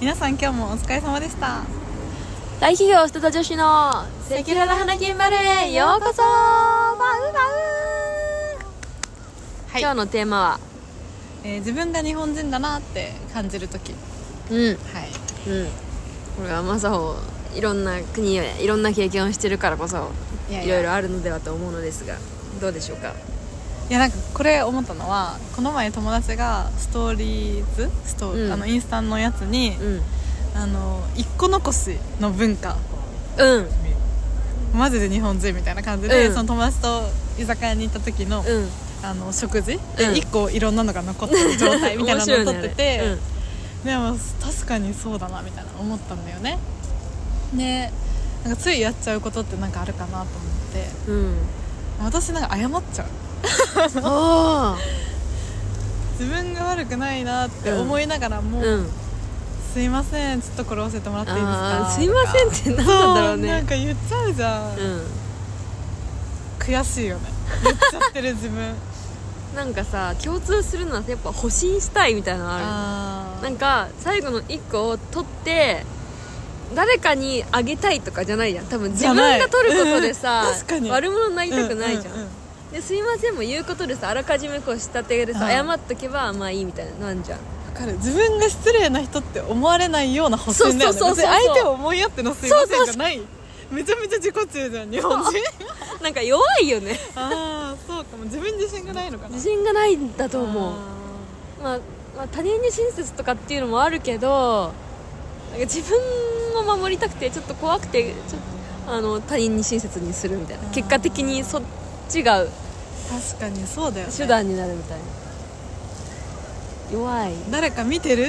皆さん今日もお疲れ様でした大企業スタダ女子の赤裸々花金丸へようこそバウバウ、はい今日のテーマはえー自分が日本人だなって感じる時はうんうんいこれはまさほいろんな国へいろんな経験をしてるからこそいやいいやろいろあるのではと思うのですがどうでしょうかいやなんかこれ思ったのはこの前友達がストーリーズストーうんあのインスタのやつに、うんあの一個残しの文化うんマジで日本人みたいな感じで、うんその友達と居酒屋に行った時の,、うんあの食事うんで一個いろんなのが残ってる状態みたいなのを撮ってて、面白いねでも確かにそうだなみたいな思ったんだよねでなんかついやっちゃうことってなんかあるかなと思ってあれうん、うん、私なんか謝っちゃうあ自分が悪くないなって思いながらも、ーうんすいませんちょっとこれ教えてもらっていいですあかーすいませんって何なんだろうそうなんねか言っちゃうじゃん、うん悔しいよね言っちゃってる自分なんかさ共通するのはやっぱ保身したいみたいな のあるあーなんか最後の1個を取って誰かにあげたいとかじゃないじゃん多分自分が取ることでさじゃないうん確かに悪者になりたくないじゃん,、うううですいませんも言うことでさあらかじめこう仕立てでさ、はい謝っとけばまあいいみたいなのあんじゃんわかる自分が失礼な人って思われないような保身だよねそうそうそうそう別に相手を思いやってのすいまそうせそんうじそゃないめちゃめちゃ自己中じゃん日本人なんか弱いよねああそうかも自分自身がないのかな 自信がないんだと思うあまあ、まあ他人に親切とかっていうのもあるけどなんか自分を守りたくてちょっと怖くてちょっとあの他人に親切にするみたいな結果的にそっちがー確かにそうだよ、ね、手段になるみたいな弱い誰か見てる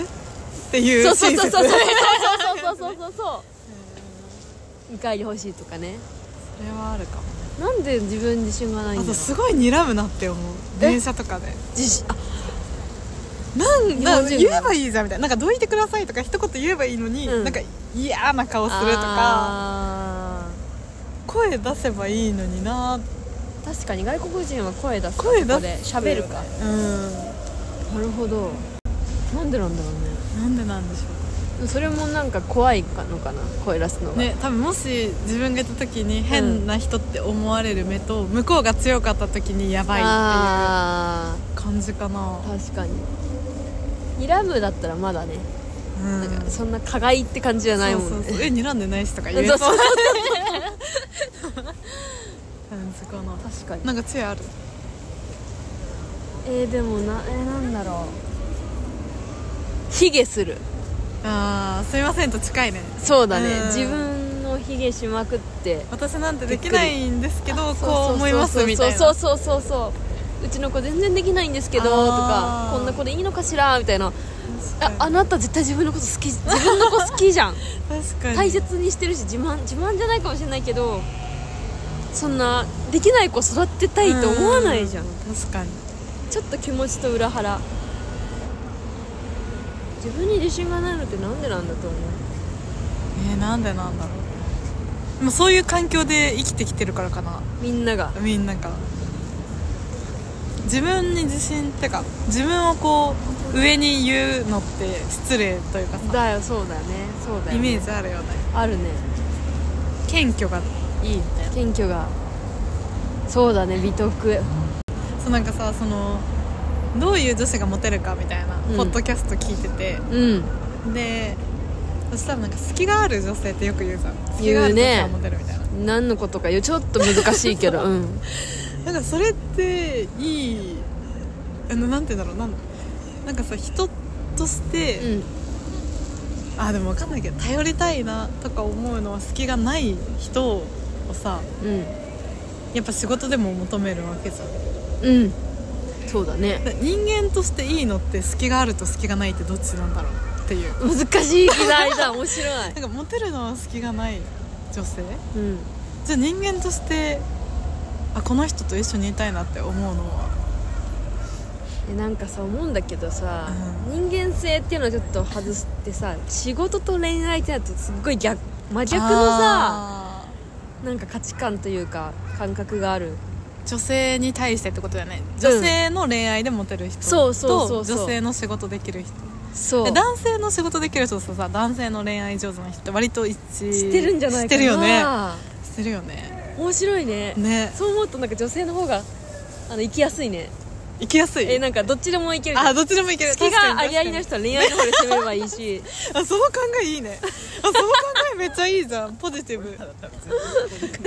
っていうそう親そう切そうそうそそうそうそうそうそうそう見返り欲しいとかねれはあるかもねなんで自分自信がないあんだろとうすごい睨むなって思うえ電車とかで自信あなん日本人ななんのか言えばいいじゃんみたいななんかどいてくださいとか一言言えばいいのに、うんなんか嫌な顔するとかあ声出せばいいのになー確かに外国人は声出すか声出そすこで喋るかうなるほどなんでなんだろうんねなんでなんでしょそれもなんか怖いのかな声出すのうが、かね多分もし自分がいた時に変な人って思われる目と、向こうが強かった時にやばいっあていう感じかなあ確かに睨むだったらまだね、うんなんかそんな加害って感じじゃないもんねそうそうそうえ睨んでないしとか言えそそううそう感じかな確かになんか杖あるえー、でもなえー、なんだろうヒゲするあーすいませんと近いねそうだね、うん自分のヒゲしまくって私なんてできないんですけどそこう思いますみたいなそうそうそうそうそうそううちの子全然できないんですけどとあかーこんな子でいいのかしらみたいなあ確かあなた絶対自分のこ と好き自分の子好きじゃんに確かに大切にしてるし自慢自慢じゃないかもしれないけどそんなできない子育てたいと思わないじゃんう確かにちょっと気持ちと裏腹自分に自信がないのってなんでなんだと思うえー、なんでなんだろうでもそういう環境で生きてきてるからかなみんながみんなが自分に自信ってか自分をこう上に言うのって失礼というかさだよそうだよねそうだよ、ね、イメージあるよねあるね謙虚がいいみたいな謙虚がそうだね美徳そうなんかさそのどういう女子がモテるかみたいな、うんポッドキャスト聞いててうんでそしたらなんか隙がある女性ってよく言うじゃん隙言があうる女ね性がモテるみたいな、何のことかよちょっと難しいけ どうんなんかそれっていいあのなんて言うんだろうなんなんかさ人として、うんあでも分かんないけど頼りたいなとか思うのは隙がない人をさうんやっぱ仕事でも求めるわけじゃんうんそうだ ねだ人間としていいのって隙があると隙がないってどっちなんだろうっていう難しい議題だ面白いなんかモテるのは隙がない女性うんじゃあ人間としてあこの人と一緒にいたいなって思うのはえなんかさ思うんだけどさ、人間性っていうのをちょっと外してさ仕事と恋愛ってなるとすっごい逆真逆のさあなんか価値観というか感覚があるー女性に対してってことだよね女性の恋愛でモテる人と、そうそうそうそう女性の仕事できる人そうで男性の仕事できる人とさ男性の恋愛上手な人って割と一致してるんじゃないかなしてるよねしてるよね面白いねねそう思うとなんか女性の方があの行きやすいね行きやすいえなんかどっちでも行けるじゃんあどっちでもいける好きがありありなな人は恋愛の方で攻めればいいしあその考えいいねあその考えめっちゃいいじゃんポジティブ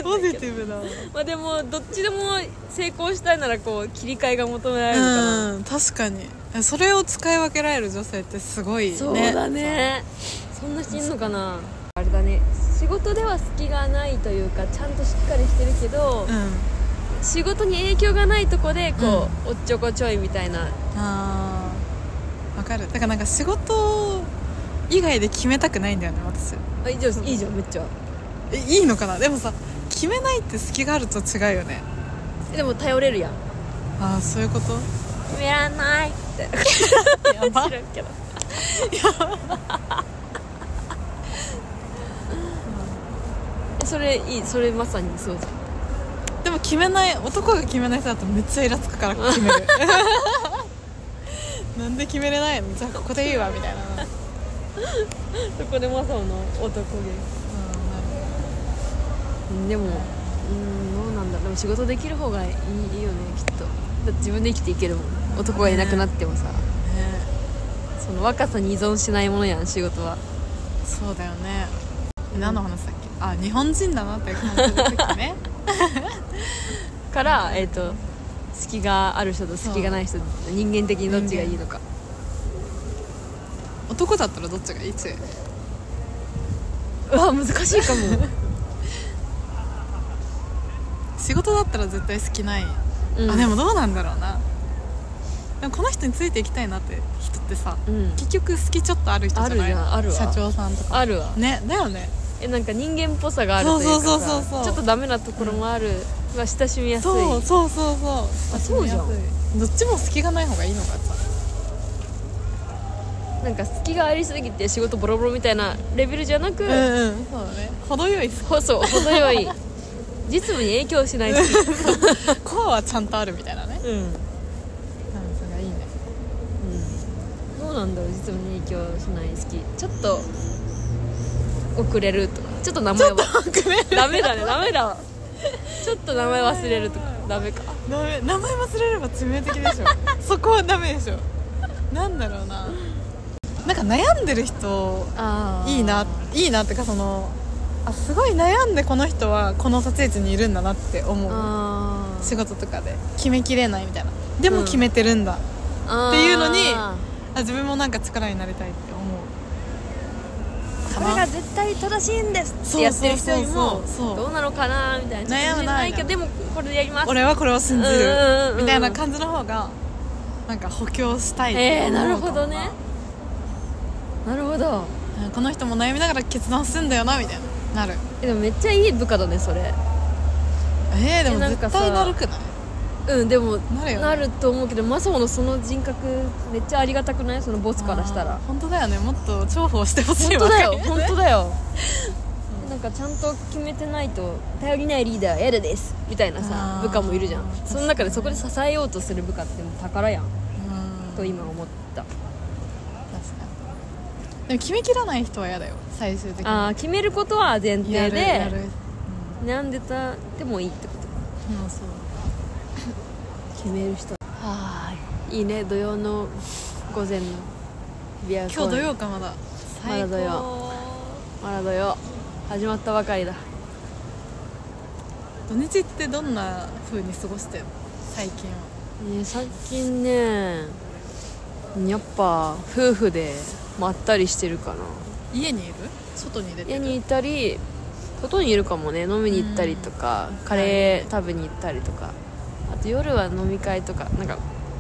ポジティブだまあでもどっちでも成功したいならこう切り替えが求められるかな、うん確かにそれを使い分けられる女性ってすごいねそうだねそんな人いんのかなあれだね仕事では隙がないというかちゃんとしっかりしてるけど、うん仕事に影響がないとこでこう、おっちょこちょいみたいなあーわかるだからなんか仕事以外で決めたくないんだよね私あいいじゃんいいじゃんめっちゃえいいのかなでもさ決めないって隙があると違うよねえでも頼れるやんああそういうこと決めらんないってやば知らんけど えそれいいそれまさにそうじゃんでも決めない男が決めない人だとめっちゃイラつくから決める なんで決めれないのじゃあここでいいわみたいな、うん、なるそこでマサオの男芸でもうんどうなんだでも仕事できる方がいいいいよねきっとだって自分で生きていけるもん男がいなくなってもさねその若さに依存しないものやん仕事はそうだよね何の話だっけあ日本人だなって感じる時 ねからえっ、と隙がある人と隙がない人人間的にどっちがいいのか男だったらどっちがいいつうわ難しいかも、仕事だったら絶対好きない、うん、あでもどうなんだろうなでもこの人についていきたいなって人ってさうん結局好きちょっとある人じゃないあるじゃんあるわ社長さんとかあるわねだよねえなんか人間っぽさがあるというそうそかうそうそうさちょっとダメなところもある、まあ親しみやすいそうそうそうそうあそうじゃん住みやすいどっちも隙がない方がいいのかさなんか隙がありすぎて仕事ボロボロみたいなレベルじゃなく、うんうんそうだね程よい好ほそう程よい実務に影響しない好ききコアはちゃんとあるみたいなねうん、うん、なんかそれがいいねどうなんだろう実務に影響しない好きちょっと遅れるとかちょっと名前はダメだ ねダメだわちょっと名前忘れるとかダメかダメ名前忘れれば致命的でしょそこはダメでしょなんだろうななんか悩んでる人あいいないいなってかそのあすごい悩んでこの人はこの立ち位置にいるんだなって思うあ仕事とかで決めきれないみたいなでもうん決めてるんだ、あっていうのにあ自分もなんか力になりたいって思うかこれなが絶対正しいんですっそうてやってる人よりそもうそうそうどうなのかなみたいな悩むな自信ないけどでもこれでやります俺はこれを信じうんうんうんるうんみたいな感じの方がなんか補強したいってえ思ー、うなるかほもどねなるほどうんこの人も悩みながら決断すんだよなみたいななるえでもめっちゃいい部下だねそれえー、でえもなんか絶さ対なるくないうんでもなるよねと思うけどマサオのその人格めっちゃありがたくないそのボスからしたら本当だよねもっと重宝してほしい本当だよわ 本当だよなんかちゃんと決めてないと頼りないリーダーはやだですみたいなさあー部下もいるじゃんその中でそこで支えようとする部下ってもう宝やんうんと今思った確かにでも決めきらない人は嫌だよ最終的にあー決めることは前や提るやでる悩んでたでもいいってことうんうんそう決める人はいいね土曜の午前の日比谷公今園日土曜かまだま最だ高土曜まだ土曜始まったばかりだ土日ってどんな風に過ごしてんの最近はね最近ねやっぱ夫婦でまったりしてるかな家にいる外に出て家るにいたり外にいるかもね飲みに行ったりとかカレー食べに行ったりとかあと夜は飲み会とかなんか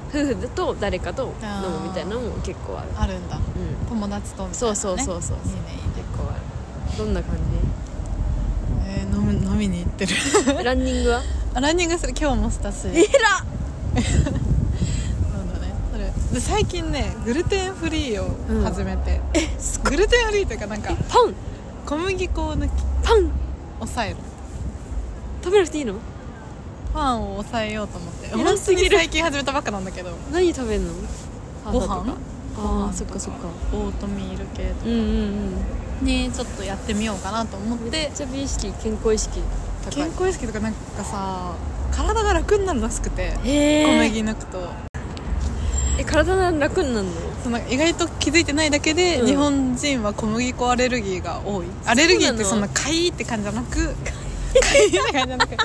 夫婦だと誰かと飲むみたいなのも結構あるあるんだうん友達とみたいな、ね、そうそうそうそういいねい結構あるどんな感いねえー飲む飲みに行ってるじランニングは あランニングする今日もしたしそうえらだねそれで最近ねグルテンフリーを始めて、グルテンフリーというかなんかパン小麦粉を抜きパン抑える食べなくていいのパンを抑えようと思って偉すぎる本当に最近始めたばっかなんだけど何食べんのご飯ああそっかそっかオートミール系うんうんうんにちょっとやってみようかなと思っめてっちゃ美意識健康意識高健い康意識とかなんかさ体が楽になるらしくてへ小ー麦抜くとえ体が楽になるのその意外と気づいてないだけで、うん日本人は小麦粉アレルギーが多いアレルギーってそそうなんのなかいって感じじゃなくかいって感じじゃなく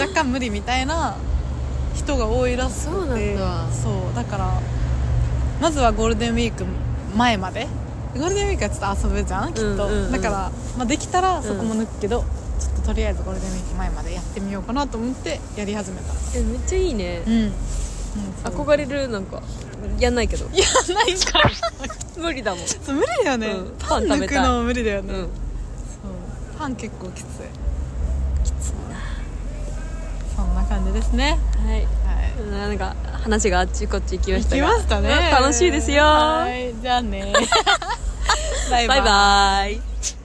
若干無理みたいな人が多いらしくてそうなんだそうだからまずはゴールデンウィーク前までゴールデンウィークはちょっと遊ぶじゃんきっと、うんうんうんだから、まあ、できたらそこも抜くけど、ちょっととりあえずゴールデンウィーク前までやってみようかなと思ってやり始めたえめっちゃいいねうん、うん、そう憧れるなんかやんないけどいやないから無理だもんそう無理だよね、うんパンパン食抜べくたいの無理だよね、うんそうパン結構きついきついなそんな感じですねはいはいなんか話があっちこっち行きま行したきがましたね楽しいです よはいじゃあねバイバイバイ